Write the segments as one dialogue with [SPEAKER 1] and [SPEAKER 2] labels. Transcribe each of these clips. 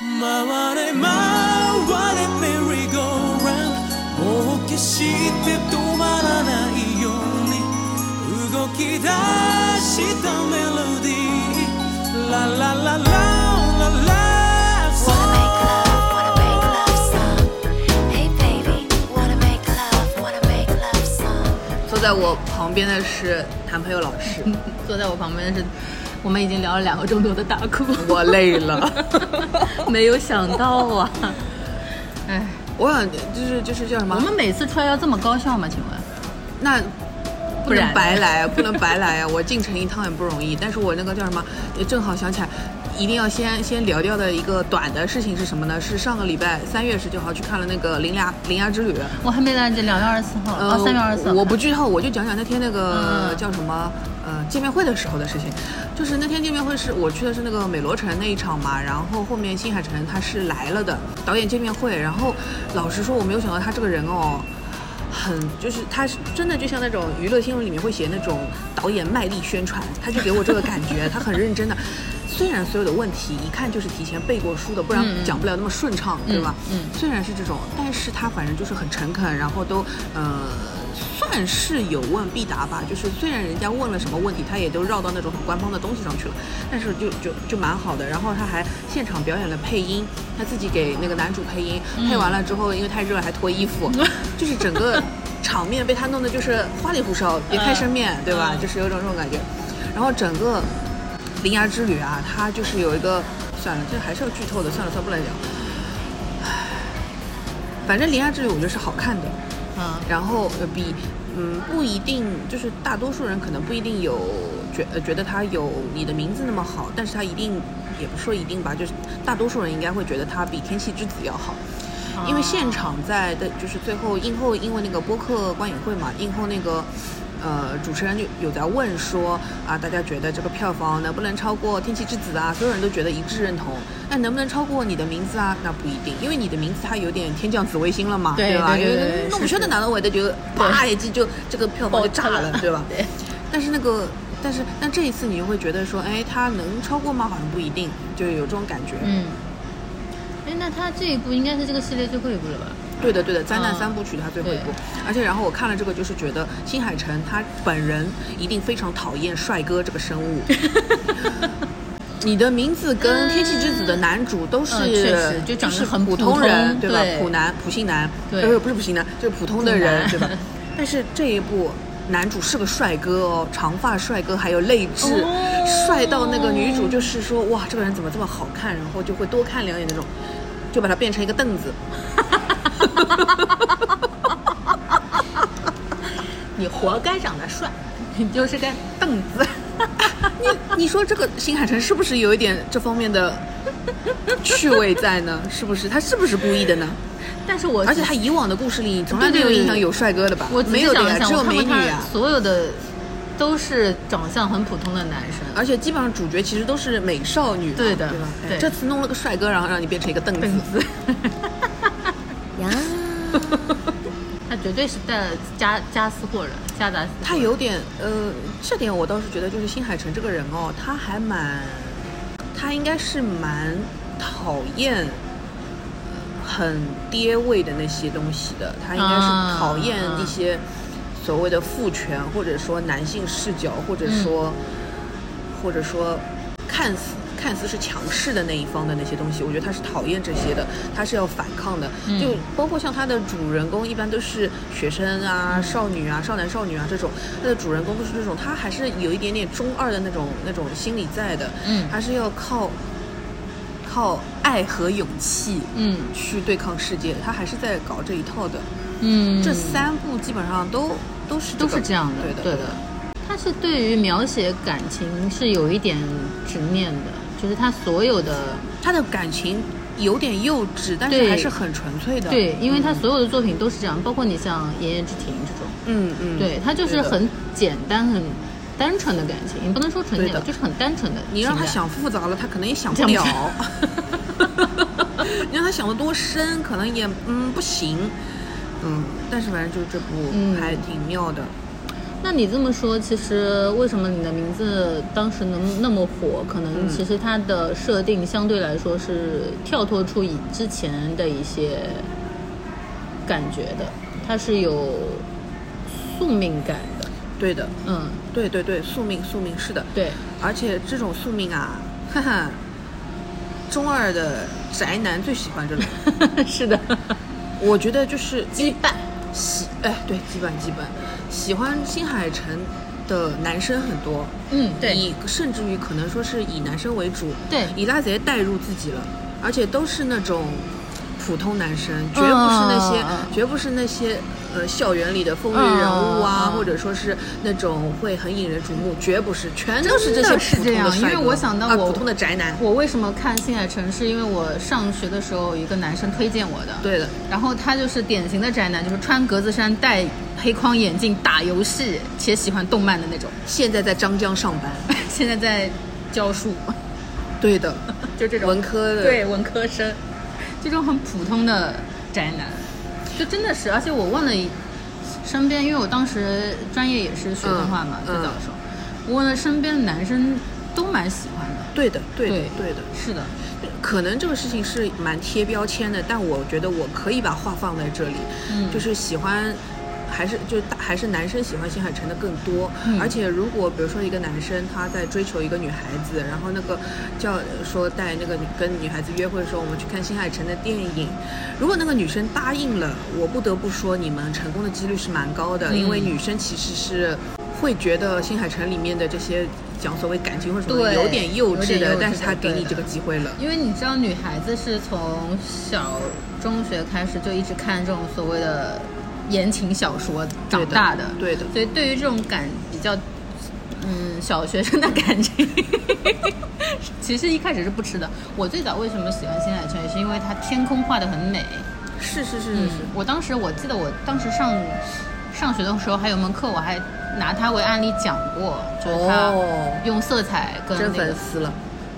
[SPEAKER 1] 回れ回れメリーゴーランもう決して止まらないように動き出したメロディーララララララ
[SPEAKER 2] Wanna make love, wanna make love song. Hey baby, wanna make love, wanna make love song.
[SPEAKER 3] 坐在我旁边的是男朋友老 师，
[SPEAKER 4] 坐在我旁边的是，我们已经聊了两个钟头的大哭，
[SPEAKER 3] 我累了。
[SPEAKER 4] 没有想到啊！哎，
[SPEAKER 3] 我想就是就是叫什
[SPEAKER 4] 我
[SPEAKER 3] 么？
[SPEAKER 4] 们每次出来要这么高效吗？请问？
[SPEAKER 3] 那
[SPEAKER 4] 不
[SPEAKER 3] 不能
[SPEAKER 4] 然
[SPEAKER 3] 白来啊，不能白来啊！我 进城一趟也不容易，但是我那个叫什么？也正好想起来，一定要先先聊掉的一个短的事情是什么呢？是上个礼拜三月十九号去看了那个《铃芽铃芽之旅》。
[SPEAKER 4] 我还没来得及，两月二十四号，
[SPEAKER 3] 呃
[SPEAKER 4] 哦，三月二十四，
[SPEAKER 3] 我不剧透，我就讲讲那天那个、
[SPEAKER 4] 嗯
[SPEAKER 3] 叫什么呃见面会的时候的事情。就是那天见面会是我去的是那个美罗城那一场嘛，然后后面新海诚他是来了的导演见面会，然后老实说我没有想到他这个人哦。很就是他是真的就像那种娱乐新闻里面会写那种导演卖力宣传，他就给我这个感觉，他很认真的。虽然所有的问题一看就是提前背过书的，不然讲不了那么顺畅，对吧？
[SPEAKER 4] 嗯
[SPEAKER 3] 虽然是这种，但是他反正就是很诚恳，然后都呃算是有问必答吧。就是虽然人家问了什么问题，他也都绕到那种很官方的东西上去了，但是就就就蛮好的。然后他还现场表演了配音，他自己给那个男主配音，
[SPEAKER 4] 嗯
[SPEAKER 3] 配完了之后因为太热了还脱衣服，就是整个场面被他弄得就是花里胡哨，别开生面，对吧？就是有种这种感觉。然后整个铃芽之旅啊，它就是有一个算了，这还是要剧透的，算了算了，不能讲。反正《铃芽之旅》我觉得是好看的，
[SPEAKER 4] 嗯，
[SPEAKER 3] 然后呃比嗯不一定就是大多数人可能不一定有觉呃觉得它有你的名字那么好，但是它一定也不说一定吧，就是大多数人应该会觉得它比《天气之子》要好。
[SPEAKER 4] 啊
[SPEAKER 3] 因为现场在的就是最后映后，因为那个播客观影会嘛，映后那个呃主持人就有在问说啊，大家觉得这个票房能不能超过《天气之子》啊？所有人都觉得一致认同。那能不能超过你的名字啊？那不一定，因为你的名字它有点天降紫微星了嘛，
[SPEAKER 4] 对
[SPEAKER 3] 吧？
[SPEAKER 4] 对对对
[SPEAKER 3] 因为
[SPEAKER 4] 对
[SPEAKER 3] 弄不
[SPEAKER 4] 是
[SPEAKER 3] 圈的
[SPEAKER 4] 是
[SPEAKER 3] 男的，我的就啪一记就这个票房就炸了，对吧？
[SPEAKER 4] 对，
[SPEAKER 3] 但是那个，但是但这一次你就会觉得说，哎，它能超过吗？好像不一定，就有这种感觉。
[SPEAKER 4] 嗯。哎，那他这一部应该是这个系列最后一部了吧？
[SPEAKER 3] 对的，对的，灾难
[SPEAKER 4] 嗯
[SPEAKER 3] 三部曲它最后一部
[SPEAKER 4] 对，
[SPEAKER 3] 而且然后我看了这个，就是觉得新海诚他本人一定非常讨厌帅哥这个生 物。你的名字跟《天气之子》的男主都是，
[SPEAKER 4] 嗯确实就长得
[SPEAKER 3] 是
[SPEAKER 4] 很
[SPEAKER 3] 普
[SPEAKER 4] 普通
[SPEAKER 3] 人，对吧？
[SPEAKER 4] 对
[SPEAKER 3] 普男、普信男，
[SPEAKER 4] 对
[SPEAKER 3] 呃不是普信男，就是普通的人，
[SPEAKER 4] 普
[SPEAKER 3] 对
[SPEAKER 4] 男
[SPEAKER 3] 吧？但是这一部男主是个帅哥哦，长发帅哥，还有泪痣，
[SPEAKER 4] 哦
[SPEAKER 3] 帅到那个女主就是说，哇，这个人怎么这么好看，然后就会多看两眼那种，就把它变成一个凳子。
[SPEAKER 4] 你活该长得帅，你就是个凳子。
[SPEAKER 3] 你你说这个新海诚是不是有一点这方面的趣味在呢？是不是他是不是故意的呢？
[SPEAKER 4] 但是我
[SPEAKER 3] 而且他以往的故事里，你从来没有印象有帅哥的吧？
[SPEAKER 4] 我仔细
[SPEAKER 3] 没有的
[SPEAKER 4] 想了
[SPEAKER 3] 呀，
[SPEAKER 4] 想
[SPEAKER 3] 只有
[SPEAKER 4] 我看
[SPEAKER 3] 美
[SPEAKER 4] 过
[SPEAKER 3] 女
[SPEAKER 4] 他
[SPEAKER 3] 呀。
[SPEAKER 4] 所有的都是长相很普通的男生。
[SPEAKER 3] 而且基本上主角其实都是美少女嘛，
[SPEAKER 4] 对的
[SPEAKER 3] 对吧？哎
[SPEAKER 4] 对
[SPEAKER 3] 这次弄了个帅哥，然后让你变成一个凳子，
[SPEAKER 4] 他绝对是带了加加私货人，夹杂私货人
[SPEAKER 3] 他有点呃，这点我倒是觉得，就是新海诚这个人哦，他还蛮，他应该是蛮讨厌呃很爹味的那些东西的，他应该是
[SPEAKER 4] 啊
[SPEAKER 3] 讨厌一些所谓的父权，或者说男性视角，或
[SPEAKER 4] 嗯
[SPEAKER 3] 者说、或者说看似看似是强势的那一方的那些东西，我觉得他是讨厌这些的，他是要反抗的。
[SPEAKER 4] 嗯
[SPEAKER 3] 就包括像他的主人公，一般都是学生
[SPEAKER 4] 嗯
[SPEAKER 3] 啊、少女啊、少男少女啊这种，他的主人公都是这种，他还是有一点点中二的那种那种心理在的。
[SPEAKER 4] 嗯
[SPEAKER 3] 他是要靠靠爱和勇气。
[SPEAKER 4] 嗯
[SPEAKER 3] 去对抗世界，他还是在搞这一套的。
[SPEAKER 4] 嗯，
[SPEAKER 3] 这三部基本上都都是
[SPEAKER 4] 都
[SPEAKER 3] 个
[SPEAKER 4] 是这样的，
[SPEAKER 3] 对的，
[SPEAKER 4] 对的。他是对于描写感情是有一点执念的，就是他所有的
[SPEAKER 3] 他的感情有点幼稚，但是
[SPEAKER 4] 对
[SPEAKER 3] 还是很纯粹的。嗯
[SPEAKER 4] 对，因为他所有的作品都是这样，包括你像《言叶之庭》这种，
[SPEAKER 3] 嗯嗯，
[SPEAKER 4] 对他就是
[SPEAKER 3] 的。
[SPEAKER 4] 很简单、很单纯的感情，你不能说纯
[SPEAKER 3] 对
[SPEAKER 4] 洁吧，
[SPEAKER 3] 的
[SPEAKER 4] 就是很单纯的情感。
[SPEAKER 3] 你让他想复杂了，他可能也想不
[SPEAKER 4] 想不
[SPEAKER 3] 了。 你让他想的多深，可能也嗯不行。嗯，但是反正就这部
[SPEAKER 4] 嗯
[SPEAKER 3] 还挺妙的。
[SPEAKER 4] 那你这么说，其实为什么你的名字当时能那么火？可能其实它的设定相对来说是跳脱出以之前的一些感觉的，它是有宿命感的。
[SPEAKER 3] 对的，
[SPEAKER 4] 嗯，
[SPEAKER 3] 对对对，宿命宿命是的，
[SPEAKER 4] 对，
[SPEAKER 3] 而且这种宿命啊，哈哈，中二的宅男最喜欢这种。
[SPEAKER 4] 是的，
[SPEAKER 3] 我觉得就是
[SPEAKER 4] 羁绊。
[SPEAKER 3] 喜，哎，对，基本基本喜欢新海诚的男生很多，
[SPEAKER 4] 嗯，对，
[SPEAKER 3] 以甚至于可能说是以男生为主，
[SPEAKER 4] 对
[SPEAKER 3] 以拉贼带入自己了，而且都是那种普通男生，绝不是那些，
[SPEAKER 4] 嗯嗯嗯
[SPEAKER 3] 绝不是那些呃校园里的风云人物啊，
[SPEAKER 4] 嗯嗯嗯
[SPEAKER 3] 或者说是那种会很引人瞩目，绝不是，全都这
[SPEAKER 4] 真
[SPEAKER 3] 些
[SPEAKER 4] 的
[SPEAKER 3] 普
[SPEAKER 4] 是
[SPEAKER 3] 通
[SPEAKER 4] 这样
[SPEAKER 3] 的帅
[SPEAKER 4] 因为
[SPEAKER 3] 哥
[SPEAKER 4] 我想到
[SPEAKER 3] 啊
[SPEAKER 4] 我
[SPEAKER 3] 普通的宅男，
[SPEAKER 4] 我为什么看《新海诚》？是因为我上学的时候有一个男生推荐我的，
[SPEAKER 3] 对的，
[SPEAKER 4] 然后他就是典型的宅男，就是穿格子衫、戴黑框眼镜、打游戏且喜欢动漫的那种。
[SPEAKER 3] 现在在张江上班，
[SPEAKER 4] 现在在教书，
[SPEAKER 3] 对的，
[SPEAKER 4] 就这种
[SPEAKER 3] 文科的
[SPEAKER 4] 对文科生，这种很普通的宅男，就真的是。而且我问了一身边，因为我当时专业也是学动画嘛，
[SPEAKER 3] 嗯
[SPEAKER 4] 最早的时候，我问了身边的男生都蛮喜欢的。
[SPEAKER 3] 对的，对的
[SPEAKER 4] 对，
[SPEAKER 3] 对的。
[SPEAKER 4] 是的，
[SPEAKER 3] 可能这个事情是蛮贴标签的，但我觉得我可以把话放在这里，
[SPEAKER 4] 嗯
[SPEAKER 3] 就是喜欢。还是就是大还是男生喜欢新海诚的更多，
[SPEAKER 4] 嗯
[SPEAKER 3] 而且如果比如说一个男生他在追求一个女孩子，然后那个叫说带那个女跟女孩子约会的时候，我们去看新海诚的电影，如果那个女生答应了，我不得不说你们成功的几率是蛮高的，
[SPEAKER 4] 嗯
[SPEAKER 3] 因为女生其实是会觉得新海诚里面的这些讲所谓感情或者什么的
[SPEAKER 4] 对
[SPEAKER 3] 有点幼稚
[SPEAKER 4] 有点幼稚
[SPEAKER 3] 的，
[SPEAKER 4] 的
[SPEAKER 3] 但是他给
[SPEAKER 4] 对
[SPEAKER 3] 你
[SPEAKER 4] 的
[SPEAKER 3] 这个机会了。
[SPEAKER 4] 因为你知道，女孩子是从小中学开始就一直看这种所谓的言情小说长大的，
[SPEAKER 3] 对的对的
[SPEAKER 4] 所以对于这种感比较，嗯，小学生的感情， 其实一开始是不吃的。我最早为什么喜欢新海诚，也是因为它天空画的很美。
[SPEAKER 3] 是是是
[SPEAKER 4] 嗯，我当时我记得我当时上上学的时候还有门课，我还拿它为案例讲过，就是它
[SPEAKER 3] 哦
[SPEAKER 4] 用色彩跟
[SPEAKER 3] 真
[SPEAKER 4] 那个
[SPEAKER 3] 粉丝了。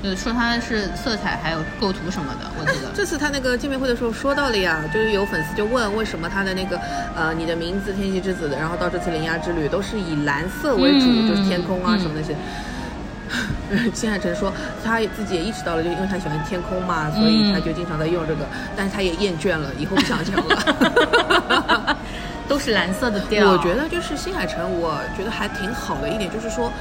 [SPEAKER 4] 对，说它是色彩还有构图什么的，我 记得。
[SPEAKER 3] 这次他那个见面会的时候说到了呀，就是有粉丝就问为什么他的那个呃你的名字《天气之子》，然后到这次《铃芽之旅》都是以蓝色为主，
[SPEAKER 4] 嗯
[SPEAKER 3] 就是天空啊
[SPEAKER 4] 嗯
[SPEAKER 3] 什么那些。新海诚说他自己也意识到了，就因为他喜欢天空嘛，所以
[SPEAKER 4] 嗯
[SPEAKER 3] 他就经常在用这个，但是他也厌倦了，以后不想讲了。
[SPEAKER 4] 都是蓝色的调。
[SPEAKER 3] 我觉得就是新海诚，我觉得还挺好的一点就是说，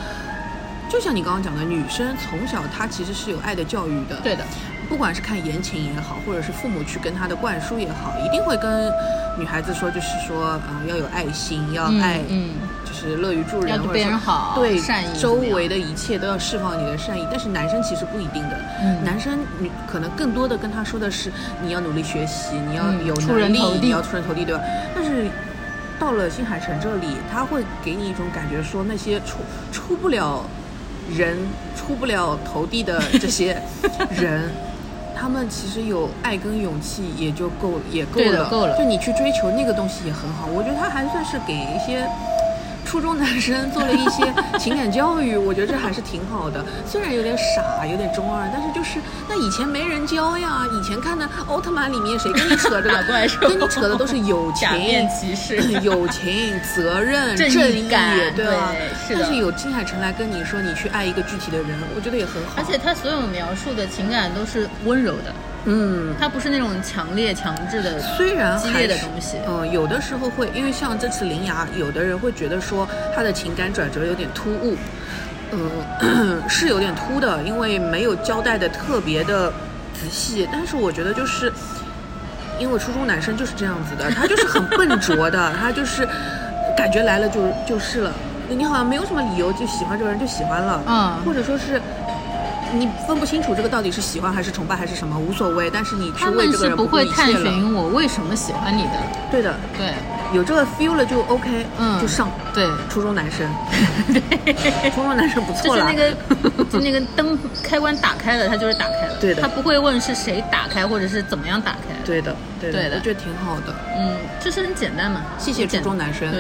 [SPEAKER 3] 就像你刚刚讲的，女生从小她其实是有爱的教育的，
[SPEAKER 4] 对的，
[SPEAKER 3] 不管是看言情也好，或者是父母去跟她的灌输也好，一定会跟女孩子说，就是说，啊、要有爱心，要
[SPEAKER 4] 嗯
[SPEAKER 3] 爱，
[SPEAKER 4] 嗯
[SPEAKER 3] 就是乐于助人，
[SPEAKER 4] 要
[SPEAKER 3] 或
[SPEAKER 4] 对
[SPEAKER 3] 者
[SPEAKER 4] 别
[SPEAKER 3] 说
[SPEAKER 4] 人好
[SPEAKER 3] 对
[SPEAKER 4] 善意
[SPEAKER 3] 周
[SPEAKER 4] 怎么样
[SPEAKER 3] 围的一切都要释放你的善意。但是男生其实不一定的，
[SPEAKER 4] 嗯
[SPEAKER 3] 男生你可能更多的跟他说的是，你要努力学习，你要
[SPEAKER 4] 嗯
[SPEAKER 3] 有
[SPEAKER 4] 出
[SPEAKER 3] 能
[SPEAKER 4] 人
[SPEAKER 3] 力，
[SPEAKER 4] 头地
[SPEAKER 3] 你要出人头地，对吧？但是到了新海诚这里，他会给你一种感觉，说那些出出不了人、出不了头地的这 些人。他们其实有爱跟勇气也就够也够
[SPEAKER 4] 对的
[SPEAKER 3] 了，
[SPEAKER 4] 够了
[SPEAKER 3] 就你去追求那个东西也很好，我觉得他还算是给一些初中男生做了一 些情感教育，我觉得这还是挺好的。虽然有点傻，有点中二，但是就是那以前没人教呀。以前看的奥特曼里面，谁跟你扯这
[SPEAKER 4] 打 怪兽
[SPEAKER 3] 个？跟你扯的都是友情嗯
[SPEAKER 4] 假、面骑士
[SPEAKER 3] 友情、责任、
[SPEAKER 4] 正义
[SPEAKER 3] 义
[SPEAKER 4] 感，
[SPEAKER 3] 对吧？
[SPEAKER 4] 对是的
[SPEAKER 3] 但是有金海诚来跟你说你去爱一个具体的人，我觉得也很好。
[SPEAKER 4] 而且，他所有描述的情感都是温柔的，
[SPEAKER 3] 嗯，
[SPEAKER 4] 他不是那种强烈强制的，
[SPEAKER 3] 虽然
[SPEAKER 4] 激
[SPEAKER 3] 还
[SPEAKER 4] 烈的
[SPEAKER 3] 是
[SPEAKER 4] 东西
[SPEAKER 3] 嗯，有的时候会，因为像这次《铃芽》，有的人会觉得说他的情感转折有点突兀，嗯， 是有点突的，因为没有交代的特别的仔细。但是我觉得就是，因为初中男生就是这样子的，他就是很笨拙 的，他就是感觉来了就就是了，你好像没有什么理由就喜欢这个人就喜欢了，
[SPEAKER 4] 嗯
[SPEAKER 3] 或者说是。你分不清楚这个到底是喜欢还是崇拜还是什么，无所谓。但是你去
[SPEAKER 4] 他
[SPEAKER 3] 为
[SPEAKER 4] 们
[SPEAKER 3] 这个
[SPEAKER 4] 是
[SPEAKER 3] 人
[SPEAKER 4] 不
[SPEAKER 3] 顾
[SPEAKER 4] 会
[SPEAKER 3] 一
[SPEAKER 4] 探
[SPEAKER 3] 切了。
[SPEAKER 4] 寻我为什么喜欢你的，
[SPEAKER 3] 对的，
[SPEAKER 4] 对，
[SPEAKER 3] 有这个 feel 了就 OK，
[SPEAKER 4] 嗯，
[SPEAKER 3] 就上。
[SPEAKER 4] 对。
[SPEAKER 3] 初中男 生，初中男生不
[SPEAKER 4] 就
[SPEAKER 3] 错
[SPEAKER 4] 是
[SPEAKER 3] 了。
[SPEAKER 4] 那个， 就那个灯开关打开了，他就是打开了。
[SPEAKER 3] 对的
[SPEAKER 4] 他不会问是谁打开，或者是怎么样打开。，
[SPEAKER 3] 对的，对
[SPEAKER 4] 对的
[SPEAKER 3] 我觉得挺好的。
[SPEAKER 4] 嗯，就是很简单嘛。
[SPEAKER 3] 谢谢初中男生。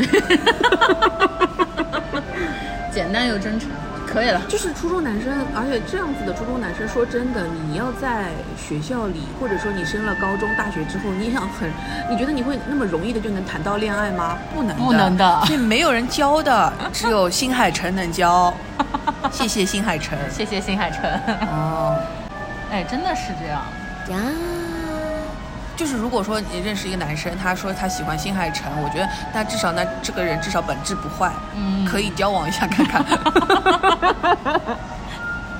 [SPEAKER 4] 简单又真诚，可以了。
[SPEAKER 5] 就是初中男生，而且这样子的初中男生，说真的，你要在学校里，或者说你升了高中、大学之后，你想很，你觉得你会那么容易的就能谈到恋爱吗？不能，
[SPEAKER 4] 不能的
[SPEAKER 3] 所以没有人教的，只有新海诚能 教。谢谢新海诚。
[SPEAKER 4] 谢谢新海 诚。
[SPEAKER 3] 哦，
[SPEAKER 4] 哎，真的是这样。
[SPEAKER 2] 呀，
[SPEAKER 3] 就是如果说你认识一个男生，他说他喜欢新海诚，我觉得那至少那这个人至少本质不坏，
[SPEAKER 4] 嗯
[SPEAKER 3] 可以交往一下看 看。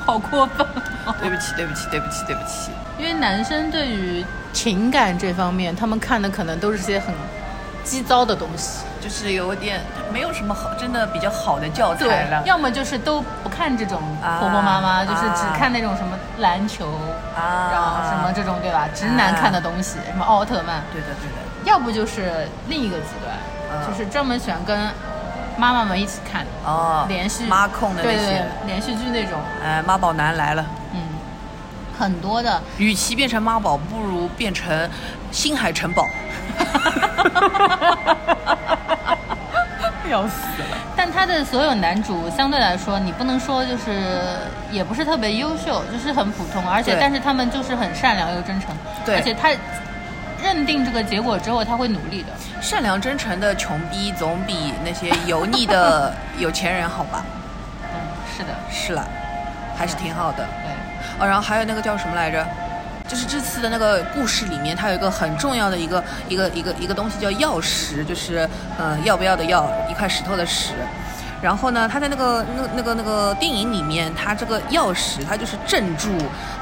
[SPEAKER 4] 好过分、
[SPEAKER 3] 对不起，对不起，对不起，对不起。
[SPEAKER 4] 因为男生对于情感这方面，他们看的可能都是些很鸡糟的东西。
[SPEAKER 3] 就是有点没有什么好，真的比较好的教材
[SPEAKER 4] 对
[SPEAKER 3] 了，。
[SPEAKER 4] 要么就是都不看这种婆婆妈妈，
[SPEAKER 3] 啊
[SPEAKER 4] 就是只看那种什么篮球，
[SPEAKER 3] 啊
[SPEAKER 4] 然后什么这种对吧？直男看的东西，什么奥特曼。
[SPEAKER 3] 对的，对的。
[SPEAKER 4] 要不就是另一个极端，
[SPEAKER 3] 啊
[SPEAKER 4] 就是专门喜欢跟妈妈们一起看
[SPEAKER 3] 哦，
[SPEAKER 4] 连续
[SPEAKER 3] 妈控的那
[SPEAKER 4] 对对
[SPEAKER 3] 些
[SPEAKER 4] 对，连续剧那种，
[SPEAKER 3] 哎，妈宝男来了。
[SPEAKER 4] 嗯，很多的。
[SPEAKER 3] 与其变成妈宝，不如变成星海 城堡。
[SPEAKER 4] 要死了！但他的所有男主相对来说，你不能说就是也不是特别优秀，就是很普通，而且
[SPEAKER 3] 对
[SPEAKER 4] 但是他们就是很善良又真诚，
[SPEAKER 3] 对
[SPEAKER 4] 而且他认定这个结果之后，他会努力的。
[SPEAKER 3] 善良真诚的穷逼总比那些油腻的有钱人好吧？
[SPEAKER 4] 嗯，是的，
[SPEAKER 3] 是啦，还是挺好的。
[SPEAKER 4] 对，
[SPEAKER 3] 哦，然后还有那个叫什么来着？就是这次的那个故事里面，它有一个很重要的一个一个一个一个东西叫钥匙，就是呃要不要的要，一块石头的石。然后呢，他在那个那那个那个电影里面，他这个钥匙，它就是镇住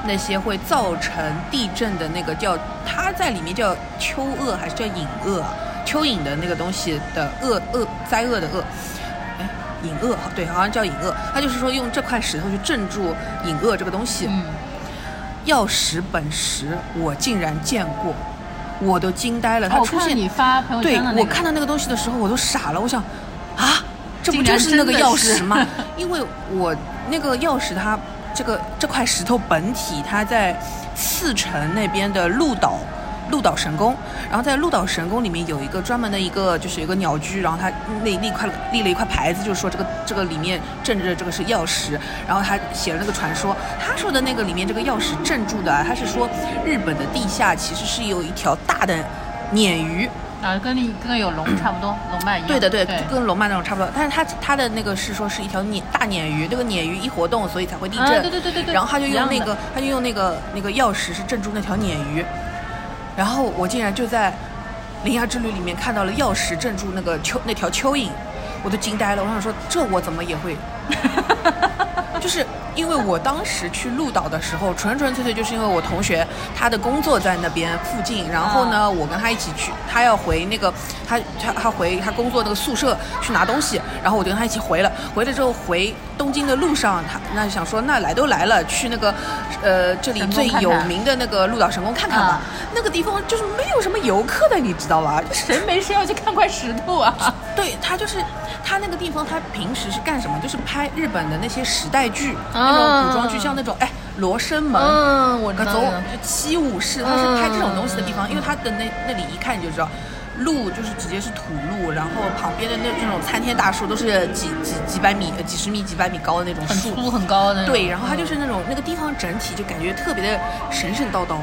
[SPEAKER 3] 那些会造成地震的那个叫，它在里面叫秋恶还是叫隐恶啊？蚯蚓的那个东西的恶恶灾厄的恶，哎，隐恶对，好像叫隐恶。它就是说用这块石头去镇住隐恶这个东西。
[SPEAKER 4] 嗯，
[SPEAKER 3] 药石本石，我竟然见过，我都惊呆了。它
[SPEAKER 4] 哦我
[SPEAKER 3] 出
[SPEAKER 4] 看
[SPEAKER 3] 现，
[SPEAKER 4] 你发朋友
[SPEAKER 3] 对
[SPEAKER 4] 圈的那个，
[SPEAKER 3] 我看到那个东西的时候，我都傻了。我想，啊，这不
[SPEAKER 4] 竟
[SPEAKER 3] 就
[SPEAKER 4] 然
[SPEAKER 3] 是那
[SPEAKER 4] 真
[SPEAKER 3] 个
[SPEAKER 4] 的
[SPEAKER 3] 钥
[SPEAKER 4] 是
[SPEAKER 3] 匙 吗？因为我那个钥匙它这个这块石头本体，它在四城那边的鹿岛。鹿岛神宫，然后在鹿岛神宫里面有一个专门的一个，就是有一个鸟居，然后它那那块立了一块牌子，就是说这个这个里面镇着这个是钥匙，然后他写了那个传说，他说的那个里面这个钥匙镇住的啊，他是说日本的地下其实是有一条大的鲶鱼，
[SPEAKER 4] 啊，跟你跟 有龙差不多，龙脉一样。
[SPEAKER 3] 对的，对，
[SPEAKER 4] 对
[SPEAKER 3] 就跟龙脉那种差不多。但是它它的那个是说是一条鲶大鲶鱼，这个鲶鱼一活动，所以才会地震。
[SPEAKER 4] 啊对对对对对
[SPEAKER 3] 然后他就
[SPEAKER 4] 一样
[SPEAKER 3] 用
[SPEAKER 4] 的
[SPEAKER 3] 那个，他就用那个那个钥匙是镇住那条鲶鱼。然后我竟然就在《铃芽之旅》里面看到了钥匙镇住那个蚯那条蚯蚓，我都惊呆了。我想说，这我怎么也会？ 就是因为我当时去鹿岛的时候，纯纯粹粹就是因为我同学他的工作在那边附近，然后
[SPEAKER 4] 啊
[SPEAKER 3] 呢，我跟他一起去，他要回那个他他他回他工作那个宿舍去拿东西，然后我就跟他一起回了。回了之后回东京的路上，他那想说那来都来了，去那个呃这里
[SPEAKER 4] 神宫
[SPEAKER 3] 最
[SPEAKER 4] 看看
[SPEAKER 3] 有名的那个鹿岛神宫看看吧
[SPEAKER 4] 啊。
[SPEAKER 3] 那个地方就是没有什么游客的，你知道吧？就是
[SPEAKER 4] 谁没事要去看块石头啊？
[SPEAKER 3] 对他就是他那个地方，他平时是干什么？就是拍日本的那些时代剧，那种古装剧，像那种哎《罗生门》
[SPEAKER 4] 啊嗯我知
[SPEAKER 3] 啊
[SPEAKER 4] 道
[SPEAKER 3] 走
[SPEAKER 4] 那个
[SPEAKER 3] 七武士，他是拍这种东西的地方，因为他的那那里一看你就知道。路就是直接是土路，然后旁边的那这种参天大树都是几几几百米、呃几十米、几百米高的那种
[SPEAKER 4] 很
[SPEAKER 3] 树，
[SPEAKER 4] 粗很高的那种。
[SPEAKER 3] 对，然后它就是那种那个地方整体就感觉特别的神神叨叨，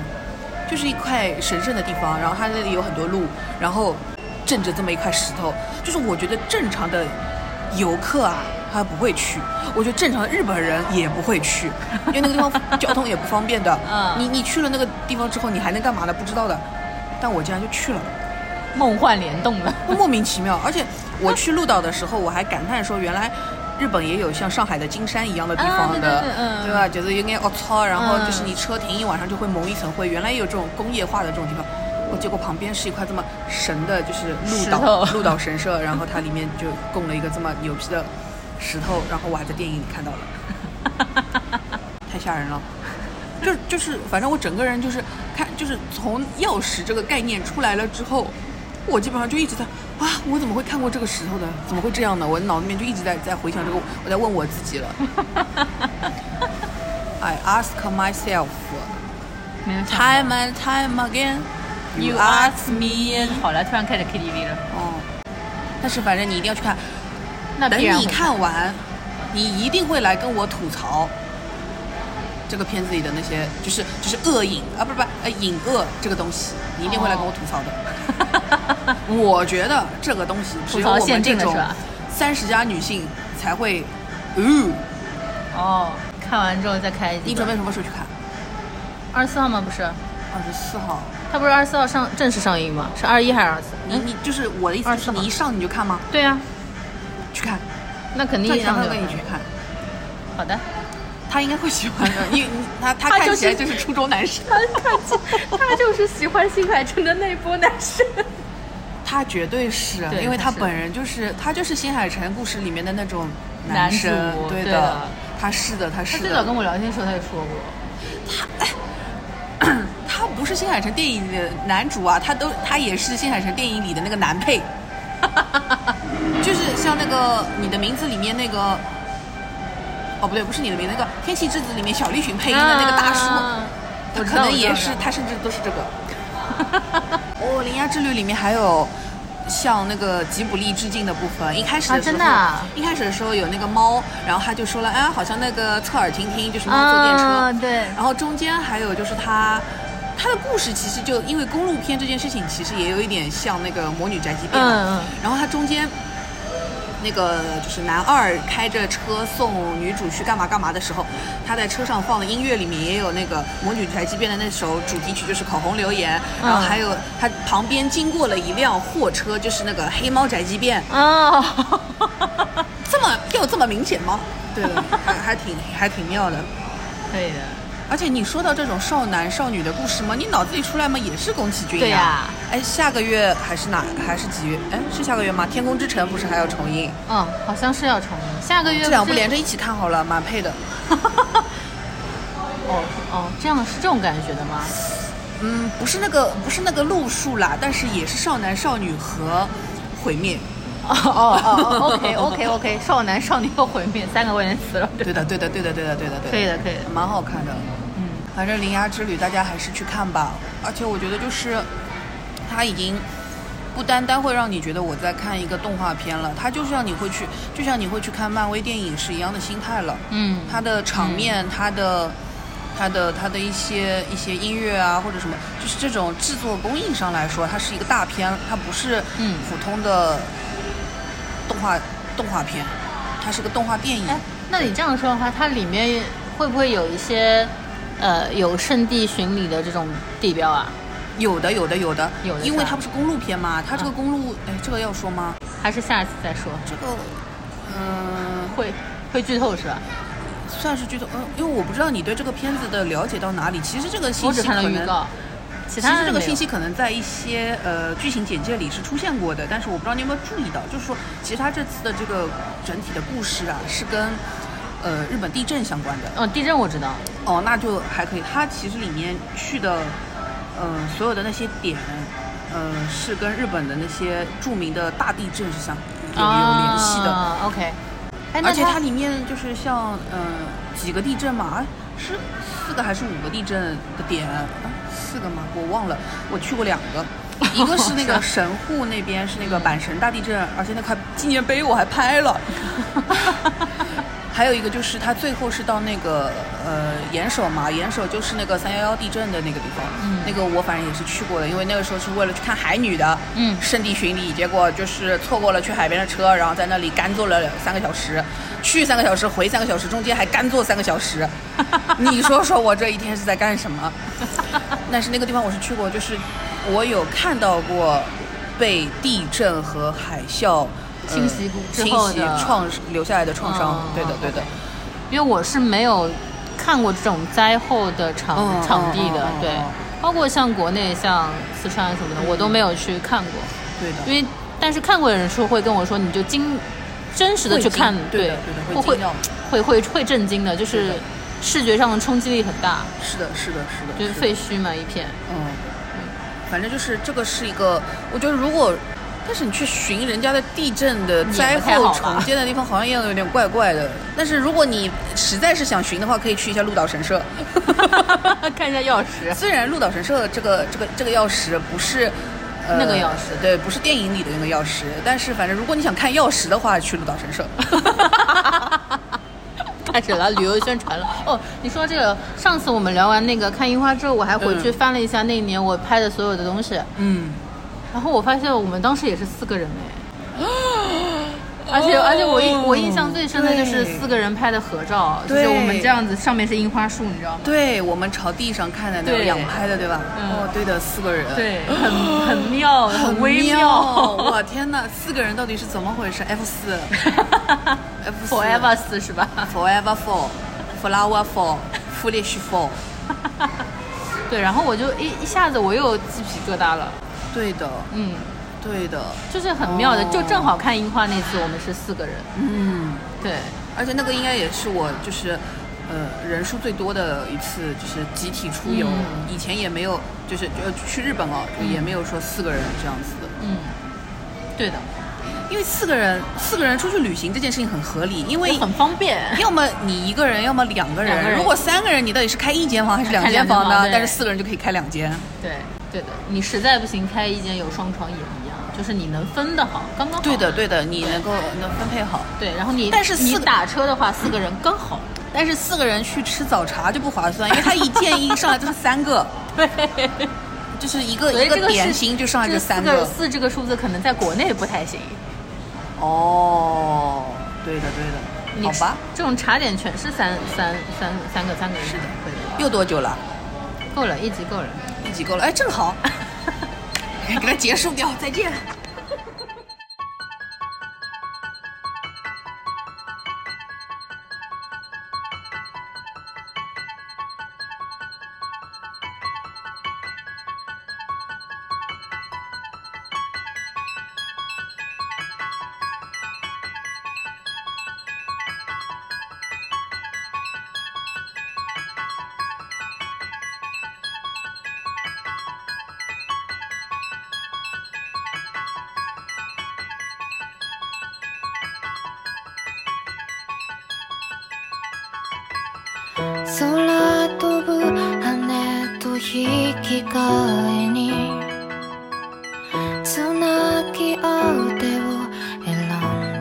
[SPEAKER 3] 就是一块神圣的地方。然后它那里有很多路，然后镇着这么一块石头，就是我觉得正常的游客啊，他不会去；我觉得正常的日本人也不会去，因为那个地方 交通也不方便的。
[SPEAKER 4] 嗯
[SPEAKER 3] 你你去了那个地方之后，你还能干嘛呢？不知道的。但我竟然就去了。
[SPEAKER 4] 梦幻联动了。
[SPEAKER 3] 莫名其妙。而且我去鹿岛的时候，我还感叹说，原来日本也有像上海的金山一样的地
[SPEAKER 4] 啊
[SPEAKER 3] 方
[SPEAKER 4] 对
[SPEAKER 3] 的，
[SPEAKER 4] 对对嗯
[SPEAKER 3] 吧？就是有点哦操，然后
[SPEAKER 4] 嗯
[SPEAKER 3] 就是你车停一晚上就会蒙一层灰，原来也有这种工业化的这种地方。我结果旁边是一块这么神的，就是鹿
[SPEAKER 4] 石
[SPEAKER 3] 岛
[SPEAKER 4] 头
[SPEAKER 3] 鹿岛神社，然后它里面就供了一个这么牛逼的石头，然后我还在电影里看到了， 太吓人了。就就是，反正我整个人就是看，就是从钥匙这个概念出来了之后，我基本上就一直在啊，我怎么会看过这个石头的？怎么会这样呢？我脑子里面就一直在在回想这个，我在问我自己 了。I ask myself
[SPEAKER 4] 没有想到
[SPEAKER 3] time and time again, you ask me.
[SPEAKER 4] 好了，突然开始 KTV 了，
[SPEAKER 3] 哦，但是反正你一定要去看，
[SPEAKER 4] 那
[SPEAKER 3] 等
[SPEAKER 4] 必然
[SPEAKER 3] 你
[SPEAKER 4] 会
[SPEAKER 3] 看完，你一定会来跟我吐槽这个片子里的那些，就是就是恶影啊，不是不是，呃，隐恶这个东西，你一定会来跟我吐槽 的。我觉得这个东西只有
[SPEAKER 4] 吐槽
[SPEAKER 3] 我们
[SPEAKER 4] 限
[SPEAKER 3] 这
[SPEAKER 4] 定的
[SPEAKER 3] 种
[SPEAKER 4] 是吧
[SPEAKER 3] 三十加女性才会，嗯，
[SPEAKER 4] 哦，看完之后再开一集吧。
[SPEAKER 3] 你准备什么时候去看？
[SPEAKER 4] 二十四号吗？不是，
[SPEAKER 3] 二十四号。
[SPEAKER 4] 它不是二十四号上正式上映吗？是二一还是二四？
[SPEAKER 3] 你你就是我的意思是
[SPEAKER 4] 24
[SPEAKER 3] 你一上你就看吗？
[SPEAKER 4] 对啊，
[SPEAKER 3] 去看，
[SPEAKER 4] 那肯定
[SPEAKER 3] 赵
[SPEAKER 4] 一
[SPEAKER 3] 姐她
[SPEAKER 4] 上
[SPEAKER 3] 会
[SPEAKER 4] 就
[SPEAKER 3] 跟你去看，
[SPEAKER 4] 好的。
[SPEAKER 3] 她应该会喜欢的，因为你她她
[SPEAKER 4] 她
[SPEAKER 3] 看
[SPEAKER 4] 就
[SPEAKER 3] 起来
[SPEAKER 4] 是
[SPEAKER 3] 就是初中男生，
[SPEAKER 4] 他就是喜欢新海诚的那波男生。
[SPEAKER 3] 她绝对是，
[SPEAKER 4] 对
[SPEAKER 3] 因为
[SPEAKER 4] 她
[SPEAKER 3] 她
[SPEAKER 4] 是
[SPEAKER 3] 本人就是她就是新海诚故事里面的那种
[SPEAKER 4] 男
[SPEAKER 3] 生
[SPEAKER 4] 主，
[SPEAKER 3] 对
[SPEAKER 4] 对的
[SPEAKER 3] 她是的，她
[SPEAKER 4] 他
[SPEAKER 3] 是
[SPEAKER 4] 最早
[SPEAKER 3] 的，
[SPEAKER 4] 跟我聊天的时候，他就说过，
[SPEAKER 3] 他不是新海诚电影里的男主啊，他都他也是新海诚电影里的那个男 配，就是像那个你的名字里面那个，哦不对，不是你的名字，那个《天气之子》里面小栗旬配音的那个大叔。
[SPEAKER 4] 啊
[SPEAKER 3] 他
[SPEAKER 4] 我知
[SPEAKER 3] 可
[SPEAKER 4] 道
[SPEAKER 3] 能也
[SPEAKER 4] 我知
[SPEAKER 3] 是
[SPEAKER 4] 道，
[SPEAKER 3] 他甚至都是这个。 哦，《铃芽之旅》里面还有向那个吉卜力致敬的部分。一开始的时候，
[SPEAKER 4] 啊真的啊
[SPEAKER 3] 一开始的时候有那个猫，然后他就说了，哎，好像那个侧耳倾听就是猫坐电车。
[SPEAKER 4] 啊对
[SPEAKER 3] 然后中间还有就是他。他的故事其实就因为公路片这件事情，其实也有一点像那个《魔女宅急便》嘛。
[SPEAKER 4] 嗯嗯
[SPEAKER 3] 然后他中间那个就是男二开着车送女主去干嘛干嘛的时候，他在车上放的音乐里面也有那个《魔女宅急便》的那首主题曲，就是《口红留言》，
[SPEAKER 4] 嗯
[SPEAKER 3] 然后还有他旁边经过了一辆货车，就是那个黑猫宅急便，
[SPEAKER 4] 哦，
[SPEAKER 3] 这么又这么明显吗？对的， 还还挺还挺妙的。
[SPEAKER 4] 可以的，
[SPEAKER 3] 而且你说到这种少男少女的故事嘛，你脑子里出来嘛也是宫崎骏
[SPEAKER 4] 对呀
[SPEAKER 3] 哎，下个月还是哪还是几月？哎，是下个月吗？《天空之城》不是还要重映？
[SPEAKER 4] 嗯，好像是要重映，下个月
[SPEAKER 3] 这两部
[SPEAKER 4] 不是
[SPEAKER 3] 连着一起看好了，蛮配 的。
[SPEAKER 4] 哦哦，这样是这种感觉的吗？
[SPEAKER 3] 嗯，不是那个不是那个路数啦，但是也是少男少女和毁灭。
[SPEAKER 4] 哦哦哦，OK OK OK，少男少女和毁灭三个关键词了，
[SPEAKER 3] 对的，对的，对的，对的，对的，对的。
[SPEAKER 4] 可以的可以的，
[SPEAKER 3] 蛮好看的。
[SPEAKER 4] 嗯，
[SPEAKER 3] 反正《铃芽之旅》大家还是去看吧。而且我觉得就是，它已经不单单会让你觉得我在看一个动画片了，它就是让你会去，就像你会去看漫威电影是一样的心态了。
[SPEAKER 4] 嗯，
[SPEAKER 3] 它的场面，它的。它的它的一些一些音乐啊，或者什么，就是这种制作工艺上来说，它是一个大片，它不是
[SPEAKER 4] 嗯
[SPEAKER 3] 普通的动画、动画片，它是个动画电影。
[SPEAKER 4] 哎，那你这样说的话，它里面会不会有一些呃有圣地巡礼的这种地标啊？
[SPEAKER 3] 有的，有的，有的，
[SPEAKER 4] 有的是吧
[SPEAKER 3] 因为它不是公路片嘛，它这个
[SPEAKER 4] 嗯
[SPEAKER 3] 公路，哎、这个要说吗？
[SPEAKER 4] 还是下一次再说？
[SPEAKER 3] 这个，嗯、
[SPEAKER 4] 会会剧透是吧？
[SPEAKER 3] 算是剧透，嗯、因为我不知道你对这个片子的了解到哪里。其实这个信
[SPEAKER 4] 我
[SPEAKER 3] 息
[SPEAKER 4] 只
[SPEAKER 3] 可
[SPEAKER 4] 看了
[SPEAKER 3] 能，
[SPEAKER 4] 预告，其
[SPEAKER 3] 其
[SPEAKER 4] 他
[SPEAKER 3] 实
[SPEAKER 4] 的
[SPEAKER 3] 这个
[SPEAKER 4] 没有
[SPEAKER 3] 信息可能在一些呃剧情简介里是出现过的，但是我不知道你有没有注意到，就是说，其实它这次的这个整体的故事啊，是跟呃日本地震相关的。
[SPEAKER 4] 哦，地震我知道，
[SPEAKER 3] 哦，那就还可以。它其实里面去的，呃，所有的那些点，呃，是跟日本的那些著名的大地震是相有有联系的。
[SPEAKER 4] 啊 OK，哎，那
[SPEAKER 3] 而且它
[SPEAKER 4] 它
[SPEAKER 3] 里面就是像呃几个地震嘛，哎是四个还是五个地震的点？啊四个吗？我忘了，我去过两 个，一个是那
[SPEAKER 4] 是
[SPEAKER 3] 个
[SPEAKER 4] 啊
[SPEAKER 3] 神户那边是那个阪神大地震，而且那块纪念碑我还拍了。 还有一个就是它最后是到那个呃岩手嘛，岩手就是那个三幺幺地震的那个地方，
[SPEAKER 4] 嗯
[SPEAKER 3] 那个我反正也是去过的，因为那个时候是为了去看海女的，
[SPEAKER 4] 嗯
[SPEAKER 3] 圣地巡礼，结果就是错过了去海边的车，然后在那里干坐了三个小时，去三个小时，回三个小时，中间还干坐三个小 时，你说说我这一天是在干什么？但是那个地方我是去过，就是我有看到过被地震和海啸。呃
[SPEAKER 4] 侵袭过之
[SPEAKER 3] 侵
[SPEAKER 4] 后
[SPEAKER 3] 袭
[SPEAKER 4] 的
[SPEAKER 3] 创留下来的创伤
[SPEAKER 4] 哦，
[SPEAKER 3] 对的，对的。
[SPEAKER 4] 因为我是没有看过这种灾后的场、
[SPEAKER 3] 嗯
[SPEAKER 4] 场地的
[SPEAKER 3] 嗯嗯，嗯
[SPEAKER 4] 对
[SPEAKER 3] 嗯，
[SPEAKER 4] 包括像国内像四川什么的，我都没有去看过，
[SPEAKER 3] 对的，
[SPEAKER 4] 因为但是看过的人是会跟我说，你就经真实的去看
[SPEAKER 3] 会，惊对
[SPEAKER 4] 对
[SPEAKER 3] 的对的
[SPEAKER 4] 会
[SPEAKER 3] 会惊到
[SPEAKER 4] 会会会震惊的，就是视觉上的冲击力很大，
[SPEAKER 3] 是的，是的，是的，
[SPEAKER 4] 就是
[SPEAKER 3] 的
[SPEAKER 4] 废墟嘛一片，
[SPEAKER 3] 嗯，反正就是这个是一个，我觉得如果，但是你去寻人家的地震的
[SPEAKER 4] 也
[SPEAKER 3] 灾
[SPEAKER 4] 不太
[SPEAKER 3] 后
[SPEAKER 4] 好吧
[SPEAKER 3] 重建的地方，好像也有点怪怪的。但是如果你实在是想寻的话，可以去一下鹿岛神 社。
[SPEAKER 4] 看一下钥匙，
[SPEAKER 3] 虽然鹿岛神社这个这个这个钥匙不是。呃
[SPEAKER 4] 那个钥匙
[SPEAKER 3] 对，不是电影 里的那个钥匙，但是反正如果你想看钥匙的话，去鹿岛神社。
[SPEAKER 4] 开始了旅游宣传了。哦，你说这个，上次我们聊完那个看樱花之后，我还回去
[SPEAKER 3] 嗯
[SPEAKER 4] 翻了一下那一年我拍的所有的东西，
[SPEAKER 3] 嗯，
[SPEAKER 4] 然后我发现我们当时也是四个人哎， 而且而且我印我印象最深的就是
[SPEAKER 3] 哦对
[SPEAKER 4] 四个人拍的合照，就是
[SPEAKER 3] 对
[SPEAKER 4] 我们这样子，上面是樱花树，你知道吗？
[SPEAKER 3] 对，我们朝地上看的那个
[SPEAKER 4] 对
[SPEAKER 3] 仰拍的，对吧？
[SPEAKER 4] 嗯
[SPEAKER 3] 哦，对的，四个人。。
[SPEAKER 4] 对，很很妙，很微
[SPEAKER 3] 妙！
[SPEAKER 4] 妙。
[SPEAKER 3] 我天哪，四个人到底是怎么回事？F 四，F 四
[SPEAKER 4] Forever 四是吧？
[SPEAKER 3] Forever Four Flower Four Foolish Four，
[SPEAKER 4] 对，然后我就一一下子我又有鸡皮疙瘩了，
[SPEAKER 3] 对的，
[SPEAKER 4] 嗯，
[SPEAKER 3] 对的，
[SPEAKER 4] 就是很妙的，
[SPEAKER 3] 哦
[SPEAKER 4] 就正好看樱花那次我们是四个人，
[SPEAKER 3] 嗯，
[SPEAKER 4] 对，
[SPEAKER 3] 而且那个应该也是我就是，呃，人数最多的一次就是集体出游，
[SPEAKER 4] 嗯
[SPEAKER 3] 以前也没有就是呃去日本哦，就也没有说四个人这样子的，
[SPEAKER 4] 嗯，对的，
[SPEAKER 3] 因为四个人四个人出去旅行这件事情很合理，因为
[SPEAKER 4] 也很方便，
[SPEAKER 3] 要么你一个人，要么两个人。
[SPEAKER 4] 两个人
[SPEAKER 3] 如果三个人，你到底是开一间房还是两间
[SPEAKER 4] 开
[SPEAKER 3] 房
[SPEAKER 4] 两间
[SPEAKER 3] 呢？
[SPEAKER 4] 房对
[SPEAKER 3] 但是四个人就可以开两间。
[SPEAKER 4] 对，对的，你实在不行开一间有双床也一样，就是你能分的好，刚刚好，
[SPEAKER 3] 对的，对的，你能够能分配好。
[SPEAKER 4] 对，然后你
[SPEAKER 3] 但是四
[SPEAKER 4] 你
[SPEAKER 3] 个
[SPEAKER 4] 打车的话，四个人刚好，
[SPEAKER 3] 但是四个人去吃早茶就不划 算，因为他一建议上来就是三 个，
[SPEAKER 4] 对，
[SPEAKER 3] 就是一个
[SPEAKER 4] 所以
[SPEAKER 3] 一
[SPEAKER 4] 这个是
[SPEAKER 3] 点心就上来就
[SPEAKER 4] 这四
[SPEAKER 3] 三
[SPEAKER 4] 个四这个数字可能在国内不太行，
[SPEAKER 3] 哦，对的对
[SPEAKER 4] 你
[SPEAKER 3] 的，好吧。
[SPEAKER 4] 这种茶点全是三三三三个三个人，是的，
[SPEAKER 3] 又多久了？
[SPEAKER 4] 够了，一集够了。
[SPEAKER 3] 一集够了，哎，正 好，给它结束掉，再见。
[SPEAKER 2] 空飛ぶ羽と引き換えにつなぎ合う手を選ん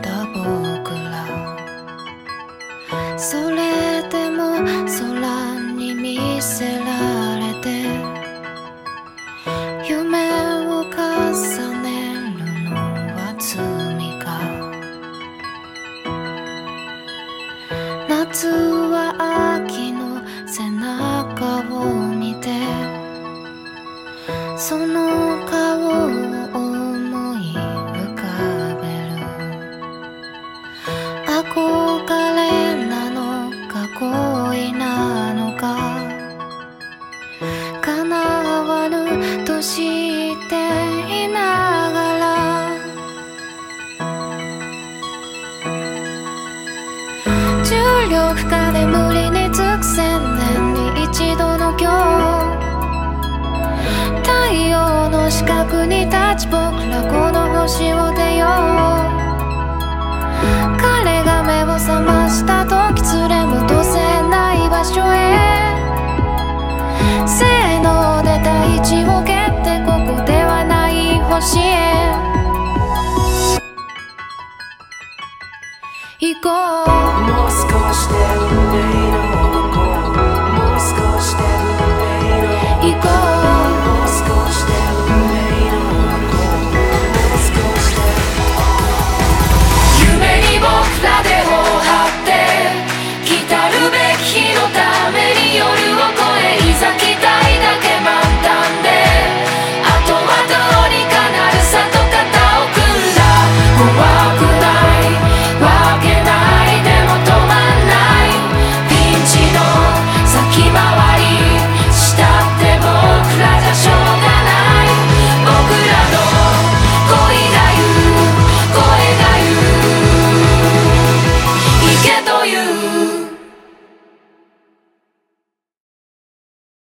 [SPEAKER 2] だ僕らそれでも空に見せられて夢を重ねるのは罪か夏は秋の背中を見てその顔を思い浮かべる憧れなのか恋なのか叶わぬとしていながら重力下で無理につく千年に一度の今日太陽の四角に立ち僕らこの星を出よう彼が目を覚ました時連れ戻せない場所へ性能で大地を蹴ってここではない星へ行こう